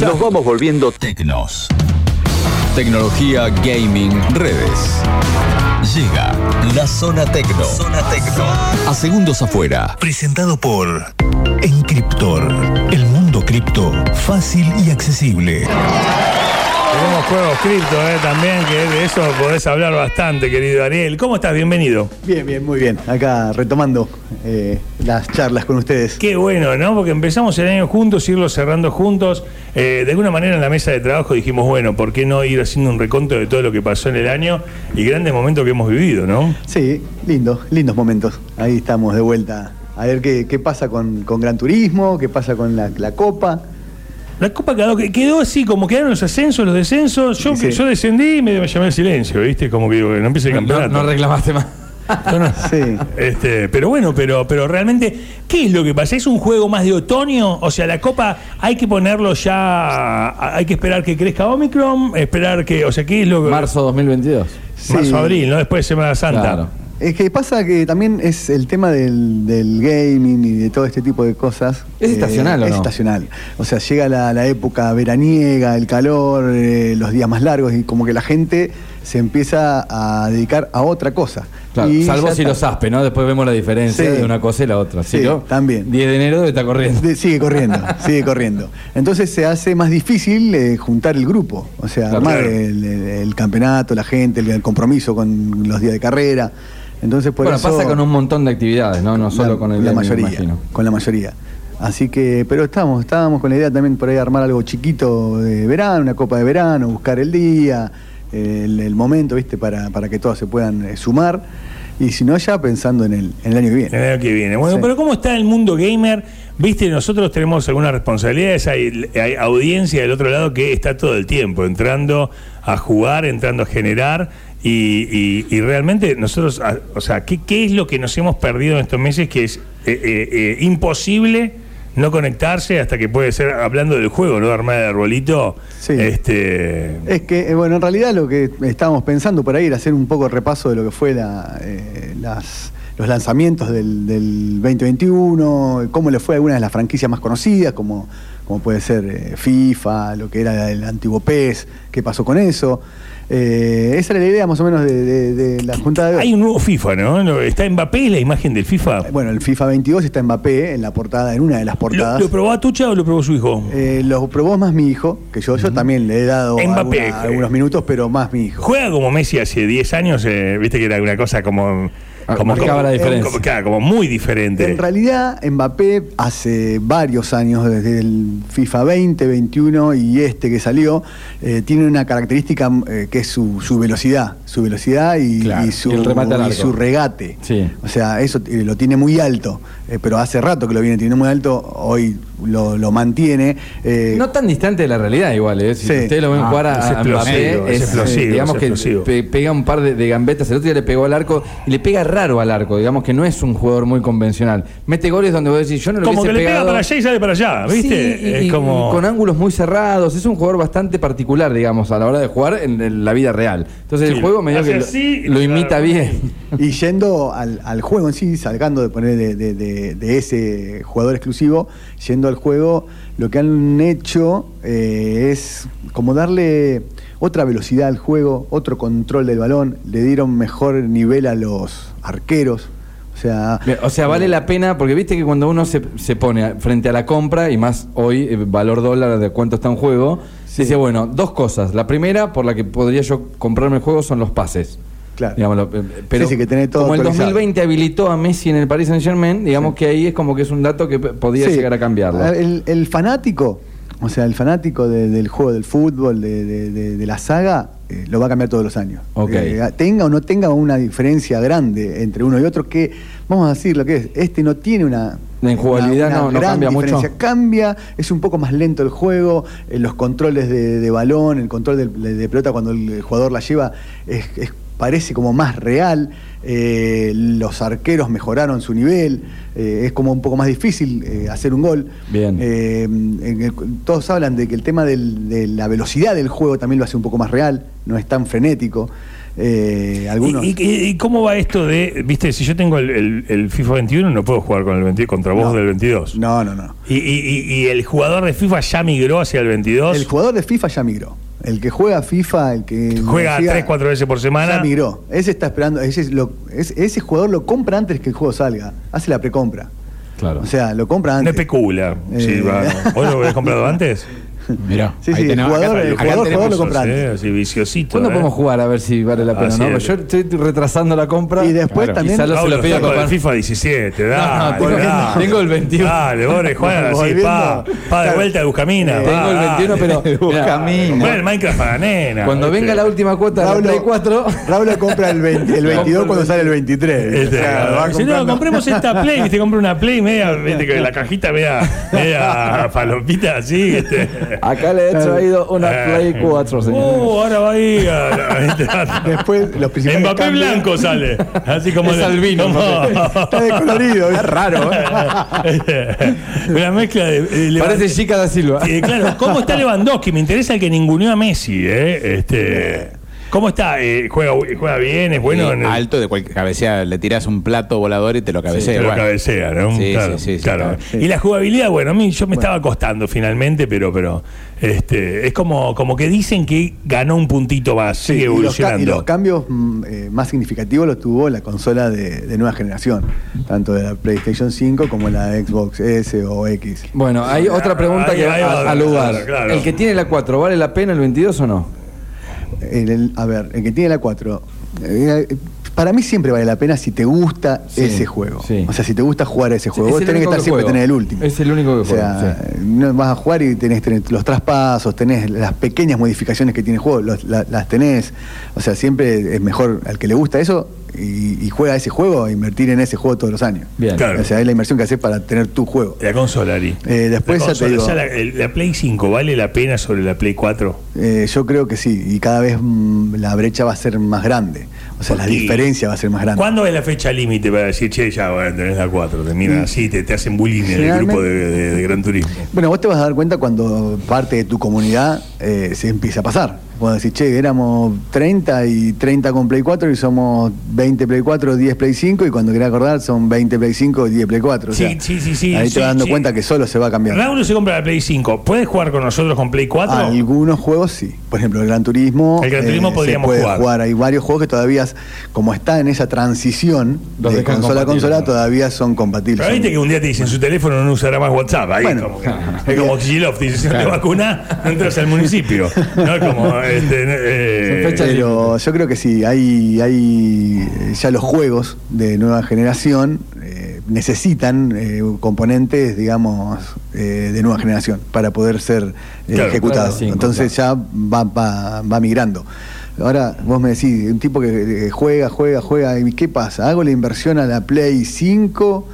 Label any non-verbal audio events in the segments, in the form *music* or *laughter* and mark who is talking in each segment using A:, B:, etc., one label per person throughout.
A: Nos vamos volviendo tecnos. Tecnología, gaming, redes. Llega la zona tecno. Zona tecno. A segundos afuera.
B: Presentado por Encryptor. El mundo cripto fácil y accesible.
C: Tenemos juegos cripto eh, también, que de eso podés hablar bastante, querido Ariel. ¿Cómo estás? Bienvenido.
D: Bien, bien, muy bien. Acá retomando eh, las charlas con ustedes.
C: Qué bueno, ¿no? Porque empezamos el año juntos, irlo cerrando juntos. Eh, de alguna manera en la mesa de trabajo dijimos, bueno, ¿por qué no ir haciendo un reconto de todo lo que pasó en el año y grandes momentos que hemos vivido, ¿no?
D: Sí, lindo, lindos momentos. Ahí estamos de vuelta. A ver qué, qué pasa con, con Gran Turismo, qué pasa con la, la Copa.
C: La Copa quedó, quedó así, como quedaron los ascensos, los descensos. Yo,
D: Sí.
C: yo descendí y me, me llamé al silencio, ¿viste? Como que digo, no empieza el
E: No,
C: campeonato.
E: no reclamaste más.
C: Yo no-
E: *laughs*
D: Sí.
C: Este, pero bueno, pero, pero realmente, ¿qué es lo que pasa? ¿Es un juego más de otoño? O sea, la copa hay que ponerlo ya, hay que esperar que crezca Omicron, esperar que, o sea, ¿qué es lo que...
E: Marzo 2022.
D: sí.
C: marzo, abril, ¿no? Después de Semana Santa.
E: Claro.
D: Es que pasa que también es el tema del, del gaming y de todo este tipo de cosas. eh,
E: ¿Es estacional o
D: Es
E: no?
D: estacional. O sea, llega la, la época veraniega, el calor, eh, los días más largos y como que la gente se empieza a dedicar a otra cosa.
E: Claro,
D: Y
E: salvo
D: ya
E: si
D: está-
E: los aspe, ¿no? Después vemos la diferencia
D: Sí.
E: de una cosa y la otra. Si
D: Sí,
E: no,
D: también.
E: 10 de enero está corriendo.
D: De- sigue
E: *laughs*
D: corriendo, sigue corriendo. Entonces se hace más difícil eh, juntar el grupo, o sea,
E: Claro.
D: armar
C: Claro.
D: el, el- el campeonato, la gente, el, el compromiso con los días de carrera. Entonces por
E: bueno,
D: eso
E: pasa con un montón de actividades, ¿no? No solo
D: la-
E: con el
D: la
E: gaming,
D: mayoría,
E: imagino.
D: con la mayoría. Así que, pero estamos, estábamos con la idea también por ahí de armar algo chiquito de verano, una copa de verano, buscar el día, el, el momento, viste, para, para que todos se puedan eh, sumar. Y si no, ya pensando en el, en el año que viene.
C: El año que viene. Bueno,
D: Sí.
C: pero ¿cómo está el mundo gamer? Viste, nosotros tenemos algunas responsabilidades, hay, hay audiencia del otro lado que está todo el tiempo entrando a jugar, entrando a generar. Y, y- y realmente nosotros, a- o sea, ¿qué, qué es lo que nos hemos perdido en estos meses que es eh, eh, eh, imposible no conectarse hasta que puede ser, hablando del juego, ¿no? Armada de arbolito.
D: Sí.
C: Este,
D: Es que, eh, bueno, en realidad lo que estábamos pensando por ahí era hacer un poco de repaso de lo que fue la, eh, las- los lanzamientos del, del 2021, cómo le fue a algunas de las franquicias más conocidas, como, como puede ser eh, FIFA, lo que era el antiguo PES, qué pasó con eso. Eh, esa era la idea más o menos de, de- de la juntada de hoy.
C: hay un nuevo FIFA, ¿no? Está Mbappé, la imagen del FIFA.
D: Bueno, el FIFA 22 está Mbappé en la portada, en una de las
C: ¿Lo,
D: portadas.
C: ¿Lo probó Atucha o lo probó su hijo?
D: Eh, lo probó más mi hijo, que yo, yo también le he dado
C: Mbappé,
D: alguna-
C: eh.
D: algunos minutos, pero más mi hijo.
C: Juega como Messi hace 10 años, eh, viste que era una cosa como.
E: Ah,
C: como
E: marcaba la diferencia.
C: como- claro, como muy diferente.
D: En realidad, Mbappé hace varios años, desde el FIFA 20, 21 y este que salió, eh, tiene una característica eh, que es su, su velocidad. Su velocidad y,
E: Claro,
D: y su,
E: y el remate al
D: y
E: arco.
D: su regate.
E: Sí.
D: O sea, eso eh, lo tiene muy alto, eh, pero hace rato que lo viene tiene muy alto, hoy lo, lo mantiene. eh,
E: No tan distante de la realidad igual, ¿eh? Si
D: Sí.
E: ustedes lo ven
C: Ah,
E: jugar
C: es
E: a, a
C: explosivo,
E: Mbappé,
C: es explosivo,
E: eh, digamos
C: es
E: que
C: explosivo.
E: pe- pega un par de, de gambetas, el otro día le pegó al arco y le pega raro al arco, digamos que no es un jugador muy convencional. Mete goles donde vos decís, yo no lo
C: como que
E: hubiese
C: le pega
E: pegado.
C: para allá y sale para allá, Ah, ¿viste?
E: Sí, y-
C: es
E: y-
C: como.
E: y con ángulos muy cerrados, es un jugador bastante particular, digamos, a la hora de jugar en, en la vida real. Entonces
C: Sí,
E: el juego medio
C: hace
E: que lo,
C: así y
E: lo
C: le da-
E: imita bien.
D: Y yendo al, al juego en sí, sacando de poner de, de- de- de ese jugador exclusivo, yendo al juego, lo que han hecho eh, es como darle otra velocidad al juego, otro control del balón, le dieron mejor nivel a los arqueros. O sea,
E: Bien, O sea, vale la pena, porque viste que cuando uno se, se pone a- frente a la compra, y más hoy, eh, valor dólar de cuánto está un juego, dice, bueno, dos cosas. La primera, por la que podría yo comprarme el juego, son los pases.
D: Claro.
E: Digámoslo, eh, eh, pero
D: Sí, sí, que tenés todo
E: como el
D: actualizado.
E: 2020 habilitó a Messi en el Paris Saint Germain, digamos que ahí es como que es un dato que p- podía
D: Sí. Ah, eh,
E: llegar a cambiarlo.
D: El, el fanático, o sea, el fanático de- del juego del fútbol, de, de- de- de la saga, eh, lo va a cambiar todos los años.
E: Ok.
D: Eh, tenga o no tenga una diferencia grande entre uno y otro, que vamos a decir lo que es, este no tiene una...
E: La injugabilidad no- no cambia mucho.
D: Cambia, es un poco más lento el juego, eh, los controles de, de balón, el control del- de, de pelota cuando el, el jugador la lleva es... es parece como más real, eh, los arqueros mejoraron su nivel, eh, es como un poco más difícil eh, hacer un gol. Eh,
E: Bien.
D: en el- todos hablan de que el tema del- de la velocidad del juego también lo hace un poco más real, no es tan frenético. Eh, algunos...
C: ¿Y, y- y cómo va esto de, viste, si yo tengo el, el- el FIFA 21, no puedo jugar con el 22, contra vos
D: No.
C: del 22?
D: No, no, no.
C: Y, y- y- y el jugador de FIFA ya migró hacia el 22,
D: El jugador de FIFA ya migró. El que juega FIFA, el que
C: juega
D: siga-
C: 3, 4 veces por semana.
D: Ya migró. Ese está esperando. Ese, es lo- ese- ese jugador lo compra antes que el juego salga. Hace la precompra.
E: Claro.
D: O sea, lo compra
C: No
D: antes.
C: especula. Sí,
D: Eh.
C: va. ¿Vos lo habías
D: *laughs*
C: comprado antes?
F: Mirá,
D: Sí,
F: ahí
D: sí, el
F: tenemos-
D: jugador-
F: acá-
D: el
F: acá
D: jugador-
F: tenemos-
D: jugador lo compra antes.
C: Eh, así, Viciosito.
E: ¿Cuándo
C: eh.
E: podemos jugar a ver si vale la pena?
C: Así
E: ¿no?
C: es.
E: Yo estoy retrasando la compra.
D: Y después
F: Claro.
D: también.
E: Quizá lo-
C: Pablo,
E: se pido a
C: está con el
E: Copán.
C: FIFA 17,
E: No,
C: dale,
E: no, tengo-
C: dale.
E: tengo el 21.
C: Dale, Borre, juega así, pa.
D: Volviendo.
C: Pa, de
D: Claro.
C: vuelta a Buscamina.
E: Tengo
C: va,
E: el 21,
C: dale. *laughs*
E: pero. mira,
C: Comprá el Minecraft para nena.
E: cuando
C: ¿viste?
E: venga la última cuota de la
D: Raúl,
E: Play
C: *laughs*
E: 4.
D: Raúl lo compra el,
F: *laughs*
D: 20 el 22 cuando sale el 23.
C: Este,
D: O sea, va
C: dice, no,
D: comprando-
C: compremos esta Play, viste, compra una Play media, viste, que la cajita media,
E: *laughs*
C: media palomita así, este.
E: Acá le he traído una Play 4, señor.
C: Eh. Uh, ahora va ahí. a- ¿viste?
D: Después los principales.
C: Mbappé
D: cambios-
C: blanco sale. Así como
E: Es
C: el-
E: albino,
C: como- *laughs*
D: Está descolorido. Es raro.
F: ¿eh?
C: Este, Una mezcla de. eh, de Lewand-
E: Parece Chica da Silva.
C: Eh, claro, ¿cómo está Lewandowski? Me interesa el que ninguneó a Messi, ¿eh? Este, ¿Cómo está? Eh, juega, ¿Juega bien? ¿Es bueno?
F: Sí,
C: en el-
F: Eh, alto de cualquier cabecea, le tiras un plato volador y te lo cabecea.
C: Pero
F: bueno.
C: cabecea, ¿no?
F: Sí,
C: claro,
F: sí, sí, sí,
C: claro.
F: claro.
C: Y la jugabilidad, bueno, a mí yo me estaba costando finalmente, pero pero este es como como que dicen que ganó un puntito más,
D: Sí,
C: sigue
D: y los ca-
C: evolucionando.
D: Y los, cambios mm, eh, más significativos los tuvo la consola de, de nueva generación, tanto de la PlayStation 5 como la Xbox S o X.
E: Bueno, hay otra pregunta
C: Ah, Ahí-
E: que
C: ahí
E: va
C: va,
E: al lugar.
C: claro, claro.
E: ¿El que tiene la 4 vale la pena el 22 o no?
D: El- el- a ver, el que tiene la 4. eh, eh, para mí siempre vale la pena si te gusta
E: Sí,
D: ese juego.
E: sí.
D: O sea, si te gusta jugar a ese juego.
E: Es
D: Vos
E: el
D: tenés que
E: único
D: estar
E: que
D: siempre
E: juego.
D: tener el último.
E: Es el único que
D: O sea,
E: juego,
D: no vas a jugar y tenés, tenés los traspasos, tenés las pequeñas modificaciones que tiene el juego, los- la- las tenés. O sea, siempre es mejor al que le gusta eso y, y juega ese juego, invertir en ese juego todos los años.
E: Bien.
C: Claro.
D: O sea, es la inversión que haces para tener tu juego.
C: La consola, Ari.
D: Eh, después
C: La
D: ya te
C: consola,
D: digo-
C: la, el- la Play 5 vale la pena sobre la Play 4.
D: Eh, yo creo que sí, y cada vez mm, la brecha va a ser más grande. O sea, la
C: Y-
D: diferencia va a ser más grande.
C: ¿Cuándo es la fecha límite para decir, che, ya bueno, tenés la 4? Te miran así, te, te hacen bullying en el
D: Generalmente-
C: grupo de, de- de Gran Turismo.
D: Bueno, vos te vas a dar cuenta cuando parte de tu comunidad eh, se empieza a pasar. Cuando decís, che, éramos 30 y 30 con Play 4 y somos 20 Play 4, 10 Play 5 y cuando querés acordar son 20 Play 5 y 10 Play 4. O
C: Sí,
D: sea,
C: sí, sí, sí,
D: Ahí
C: sí,
D: te vas dando
C: sí.
D: cuenta que solo se va cambiando.
C: Raúl se compra la Play 5. ¿Puedes jugar con nosotros con Play 4?
D: Algunos juegos sí. Por ejemplo, el Gran Turismo. eh,
C: El Gran Turismo
D: se
C: podríamos
D: puede
C: jugar.
D: Hay varios juegos que todavía, como está en esa transición
E: Los
D: de
E: dejan
D: consola a
E: compatibles,
D: consola,
E: ¿no?
D: todavía son compatibles.
C: Pero viste
D: Son-
C: que un día te dicen su teléfono no usará más WhatsApp. Ahí
D: Bueno.
C: es como,
D: *laughs*
C: que- es como Kicillof, te dicen si no te vacuna, no entras al municipio. No es como. Este, eh,
E: Son fechas
D: Pero yo creo que sí, hay, hay eh, ya los juegos de nueva generación eh, necesitan eh, componentes, digamos, eh, de nueva generación para poder ser eh,
C: Claro,
D: ejecutados.
E: claro, sí,
D: Entonces ya va, va, va migrando. Ahora vos me decís, un tipo que eh, juega, juega, juega, ¿y qué pasa? ¿Hago la inversión a la Play 5?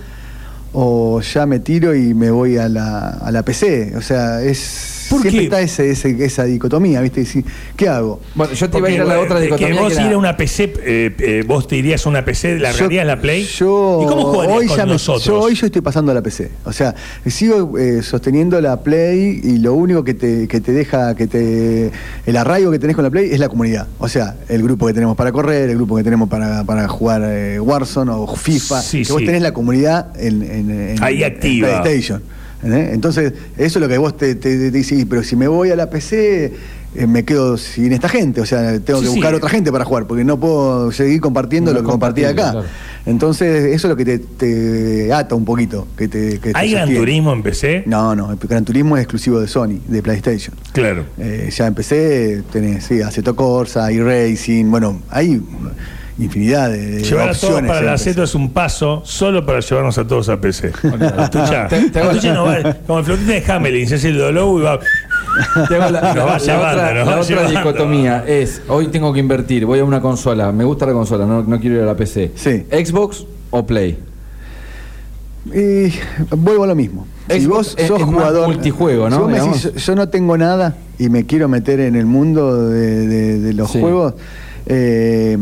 D: O ya me tiro y me voy a la, a la PC. O sea, es.
C: ¿Por
D: siempre
C: qué?
D: está ese- ese- esa dicotomía, ¿viste? Y si, ¿Qué hago?
E: Bueno, yo te iba a
C: porque,
E: ir a la
C: bueno,
E: otra
C: que
E: dicotomía.
C: vos
E: que
C: ir
E: era-
C: a una PC, eh, eh, vos te irías a una PC, largarías la Play.
D: Yo,
C: ¿Y cómo jugarías
D: hoy
C: con
D: ya me-
C: nosotros?
D: yo hoy yo estoy pasando a la PC. O sea, sigo eh, sosteniendo la Play y lo único que te, que te deja, que te el arraigo que tenés con la Play es la comunidad. O sea, el grupo que tenemos para correr, el grupo que tenemos para, para jugar eh, Warzone o FIFA.
C: Sí,
D: que vos
C: sí.
D: tenés la comunidad en, en- en-
C: Ahí
D: en
C: activa.
D: PlayStation. ¿eh? Entonces, eso es lo que vos te, te- te decís, pero si me voy a la PC, eh, me quedo sin esta gente. O sea, tengo
C: Sí,
D: que
C: sí.
D: buscar otra gente para jugar, porque no puedo seguir compartiendo
E: No
D: lo que compartí acá.
E: compartible, claro.
D: Entonces, eso es lo que te, te ata un poquito. Que te, que te
C: ¿Hay Gran
D: sostiene.
C: Turismo en PC?
D: No, no, el Gran Turismo es exclusivo de Sony, de PlayStation.
C: Claro.
D: Eh, ya empecé, tenés, sí, Aceto Corsa, iRacing, bueno, hay infinidad de, de
C: Llevar a todos
D: Eh, opciones.
C: para
D: en
C: la
D: PC.
C: Z es un paso solo para llevarnos a todos a
D: *laughs*
C: PC. La tuya,
E: Te- te
C: la
E: hago-
C: tuya no vale. Como el flotante de Hamelin, se hace el dolor y va.
E: Te hago
C: *laughs*
E: la,
C: Nos
E: la-
C: va
E: la
C: llevando,
E: otra,
C: nos
E: la
C: va
E: otra
C: llevando.
E: dicotomía es, hoy tengo que invertir, voy a una consola, me gusta la consola, no, no quiero ir a la PC.
D: Sí.
E: Xbox o Play.
D: Y vuelvo a lo mismo. Si
E: Xbox
D: vos
E: es-
D: sos
E: es más
D: jugador.
E: multijuego, ¿no?
D: si vos me decís,
E: Digamos.
D: yo, yo no tengo nada y me quiero meter en el mundo de, de- de los
E: Sí.
D: juegos. eh,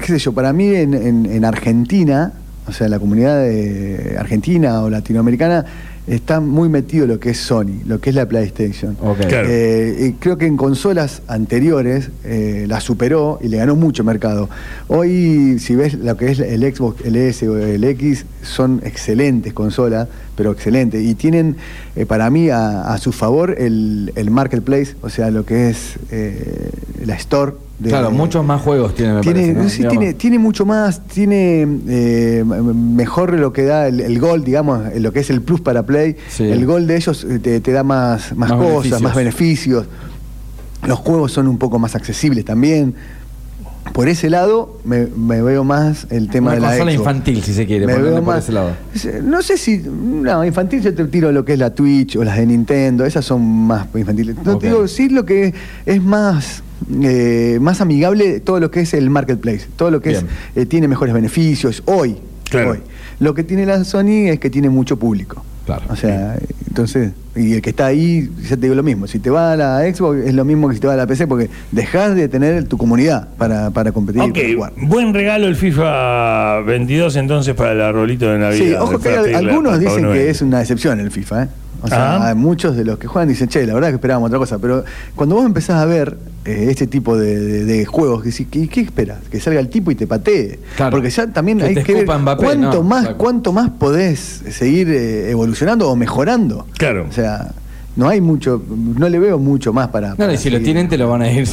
D: qué sé yo, para mí en, en- en Argentina, o sea, en la comunidad de argentina o latinoamericana, está muy metido lo que es Sony, lo que es la PlayStation.
E: Ok.
C: Claro.
D: Eh, y creo que en consolas anteriores eh, la superó y le ganó mucho mercado. Hoy, si ves lo que es el Xbox, el S o el X, son excelentes consolas, pero excelentes. Y tienen, eh, para mí, a, a su favor el, el marketplace, o sea, lo que es eh, la store. de-
E: Claro, muchos más juegos tiene, me
D: tiene,
E: parece, ¿no?
D: sí,
E: Digamos.
D: tiene, tiene mucho más, tiene eh, mejor lo que da el, el Gold, digamos, eh, lo que es el plus para Play.
E: Sí.
D: El Gold de ellos eh, te, te da más, más,
E: Más
D: cosas,
E: beneficios.
D: más beneficios. Los juegos son un poco más accesibles también. Por ese lado me, me veo más el tema
E: Una
D: de la
E: consola
D: Xbox.
E: infantil, si se quiere,
D: Me
E: ponerle
D: veo
E: por
D: más- eh,
E: ese lado.
D: No sé si. No, infantil yo te tiro lo que es la Twitch o las de Nintendo, esas son más infantiles. No
E: Ok.
D: te digo, sí lo que es más, eh, más amigable todo lo que es el marketplace, todo lo que
E: Bien.
D: es, eh, tiene mejores beneficios hoy,
C: Claro.
D: hoy. Lo que tiene la Sony es que tiene mucho público.
E: Claro.
D: O sea, entonces, y el que está ahí, ya te digo lo mismo. Si te va a la Xbox, es lo mismo que si te va a la PC, porque dejas de tener tu comunidad para, para competir.
C: Ok,
D: para jugar.
C: buen regalo el FIFA 22 entonces para el arbolito de Navidad.
D: Sí, ojo que
C: Para
D: hay-
C: pedirle a
D: algunos
C: Papá
D: dicen
C: Noel.
D: que es una decepción el FIFA, ¿eh? O sea,
C: Ah.
D: hay muchos de los que juegan dicen, che, la verdad que esperábamos otra cosa, pero cuando vos empezás a ver eh, este tipo de, de- de juegos, que decís, ¿qué, qué esperas? Que salga el tipo y te patee.
E: Claro.
D: Porque ya también
E: Que
D: hay
E: te
D: que ver
E: escupa Mbappé,
D: cuánto,
E: no,
D: más,
E: claro.
D: cuánto más podés seguir eh, evolucionando o mejorando.
C: Claro.
D: O sea, no hay mucho, no le veo mucho más para...
E: No,
D: para
E: y si lo
D: seguir.
E: tienen, te lo van a ir.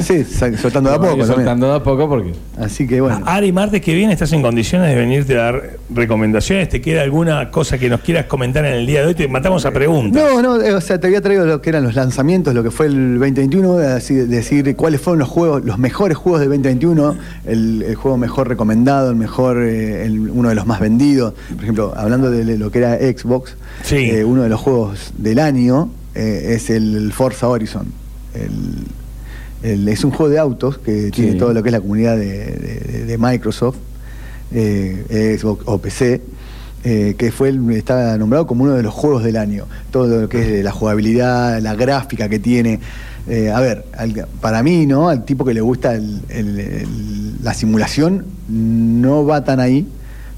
D: Sí, sal-
E: *laughs*
D: soltando de a
E: Lo van ir
D: poco. también.
E: Soltando de a poco porque.
D: Así que bueno.
C: Ah, Ari, martes que viene estás en condiciones de venirte a dar recomendaciones. ¿Te queda alguna cosa que nos quieras comentar en el día de hoy? Te matamos a preguntas.
D: No, no, eh, o sea, te había traído lo que eran los lanzamientos, lo que fue el 2021, así de- decir cuáles fueron los juegos, los mejores juegos del 2021, el, el juego mejor recomendado, el mejor, eh, el- uno de los más vendidos. Por ejemplo, hablando de lo que era Xbox,
C: Sí.
D: eh, uno de los juegos del año eh, es el Forza Horizon. El- el- es un juego de autos que tiene todo lo que es la comunidad de, de- de Microsoft, eh, Xbox o PC, eh, que fue el- está nombrado como uno de los juegos del año. Todo lo que es de la jugabilidad, la gráfica que tiene. Eh, a ver, al- para mí, ¿no? Al tipo que le gusta el- el- el- la simulación, no va tan ahí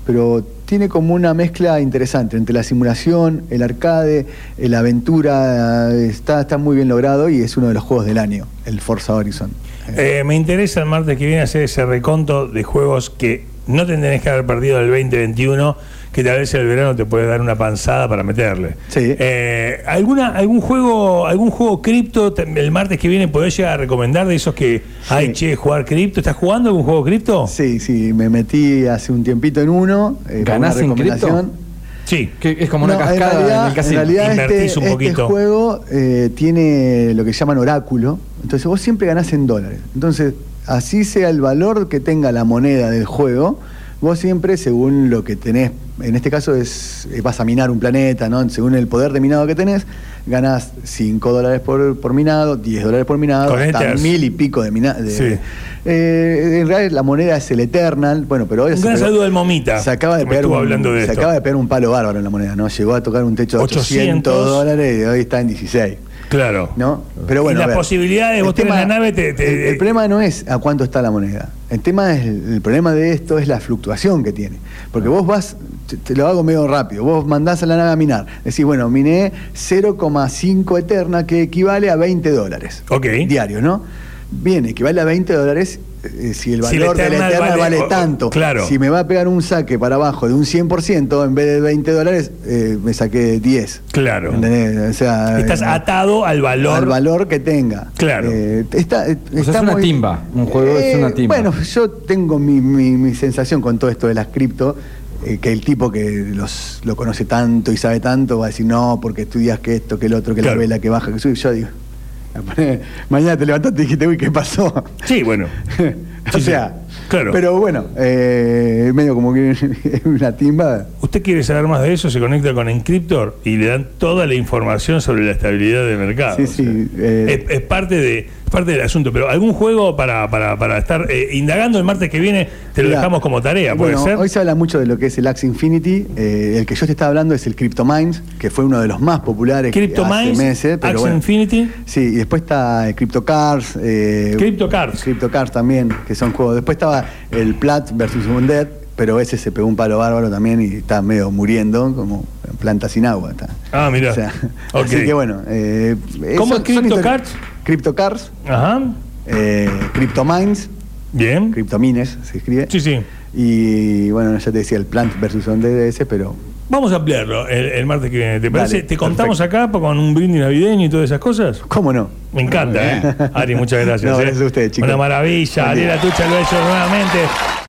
D: pero tiene como una mezcla interesante entre la simulación, el arcade, eh, la aventura, eh, está, está muy bien logrado y es uno de los juegos del año, el Forza Horizon.
C: Eh, me interesa el martes que viene hacer ese reconto de juegos que no te tenés que haber perdido del 2021, que tal vez el verano te puede dar una panzada para meterle.
D: Sí.
C: Eh, ¿alguna, algún juego, algún juego cripto te- el martes que viene podés llegar a recomendar de esos que ay che, jugar cripto? ¿Estás jugando algún juego cripto?
D: Sí, sí, me metí hace un tiempito en uno, eh, por
E: ¿Ganás
D: una
E: en
D: recomendación.
E: cripto?
C: Sí.
E: Que es como una
D: No,
E: cascada
D: en realidad,
E: en el casino.
D: en realidad
C: Invertís
D: este,
C: un
D: este
C: poquito.
D: juego eh, tiene lo que llaman oráculo. Entonces vos siempre ganás en dólares. Entonces, así sea el valor que tenga la moneda del juego, vos siempre, según lo que tenés, en este caso es eh, vas a minar un planeta, ¿no? Según el poder de minado que tenés, ganás 5 dólares por, por minado, 10 dólares por minado,
C: Con
D: hasta
C: Ethers.
D: mil y pico de minado.
C: Sí.
D: en realidad la moneda es el Eternal. Bueno, pero hoy
C: Un
D: se
C: gran
D: pegó-
C: saludo del Momita,
D: Se acaba de
C: que me
D: pegar
C: estuvo
D: un-
C: hablando de
D: se
C: esto.
D: acaba de pegar un palo bárbaro en la moneda, ¿no? Llegó a tocar un techo de 800,
C: 800
D: dólares y hoy está en 16,
C: Claro.
D: ¿no? Pero bueno.
C: Y las
D: a ver,
C: posibilidades, vos tenés la nave, te- te-
D: el, el problema no es a cuánto está la moneda. El tema es, el problema de esto es la fluctuación que tiene. Porque vos vas, te, te lo hago medio rápido, vos mandás a la nave a minar. Decís, bueno, miné 0,5 eterna que equivale a 20 dólares
C: Ok.
D: diarios, ¿no? Bien, equivale a 20 dólares eh, si el
C: Si el
D: valor de la
C: Eternal
D: eterna vale,
C: vale- o- o-
D: tanto.
C: claro.
D: Si me va a pegar un saque para abajo de un 100%, en vez de 20 dólares, eh, me saqué 10.
C: Claro.
D: ¿Entendés? O sea,
C: Estás
D: eh,
C: atado al valor.
D: al valor que tenga.
C: Claro.
D: Eh, está, eh,
E: sea, es
D: está
E: una
D: muy- Eh,
E: timba, un juego es una timba.
D: Bueno, yo tengo mi, mi- mi sensación con todo esto de las cripto, eh, que el tipo que los, lo conoce tanto y sabe tanto va a decir, no, porque estudias que esto, que el otro, que
C: Claro.
D: la vela, que *laughs* baja, que sube. Yo digo, mañana te levantaste y dijiste, uy, ¿qué pasó? *laughs*
C: Sí, bueno.
D: o sea,
C: claro.
D: pero bueno, eh, medio como que *laughs* una timba.
C: Usted quiere saber más de eso, se conecta con Encryptor y le dan toda la información sobre la estabilidad de mercado.
D: Sí,
C: O sea,
D: sí, eh.
C: es, es parte de parte del asunto, pero algún juego para, para, para estar eh, indagando el martes que viene, te lo
D: Mirá,
C: dejamos como tarea, ¿puede
D: bueno,
C: ser?
D: Hoy se habla mucho de lo que es el Axe Infinity. eh, el que yo te estaba hablando es el CryptoMines, que fue uno de los más populares hace
C: CryptoMines,
D: meses. Pero
C: Axie
D: bueno.
C: Infinity,
D: Sí, y después está eh, CryptoCars. Eh,
C: CryptoCars.
D: CryptoCars también, que son juegos. Después estaba el Plat versus Undead, pero ese se pegó un palo bárbaro también y está medio muriendo, como planta sin agua. Está.
C: Ah, mirá.
D: O sea,
C: *laughs* Ok.
D: Así que bueno. eh,
C: ¿Cómo
D: son-
C: es
D: son historias-
C: CryptoCars?
D: CryptoCars,
C: ajá,
D: eh, CryptoMines,
C: bien.
D: CryptoMines se escribe.
C: Sí, sí.
D: Y bueno, ya te decía el Plant versus Undead ese, pero
C: Vamos a ampliarlo el, el martes que viene, ¿te parece?
D: Dale,
C: ¿Te contamos acá po- con un brindis navideño y todas esas cosas?
D: ¿cómo no?
C: Me encanta,
F: Muy bien.
D: *laughs*
C: ¿eh? Ari, muchas gracias.
D: No,
C: ¿eh?
D: gracias a ustedes, chicos.
C: Una maravilla.
D: Buen día.
C: Ariela Tucha lo ha hecho nuevamente.